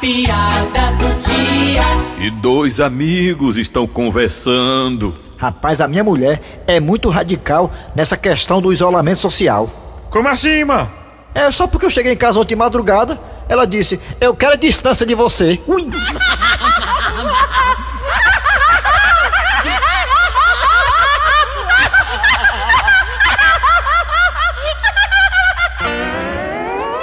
piada do dia. E dois amigos estão conversando. Rapaz, a minha mulher é muito radical nessa questão do isolamento social. Como assim, mano? É só porque eu cheguei em casa ontem de madrugada, ela disse: Eu quero a distância de você. Ui!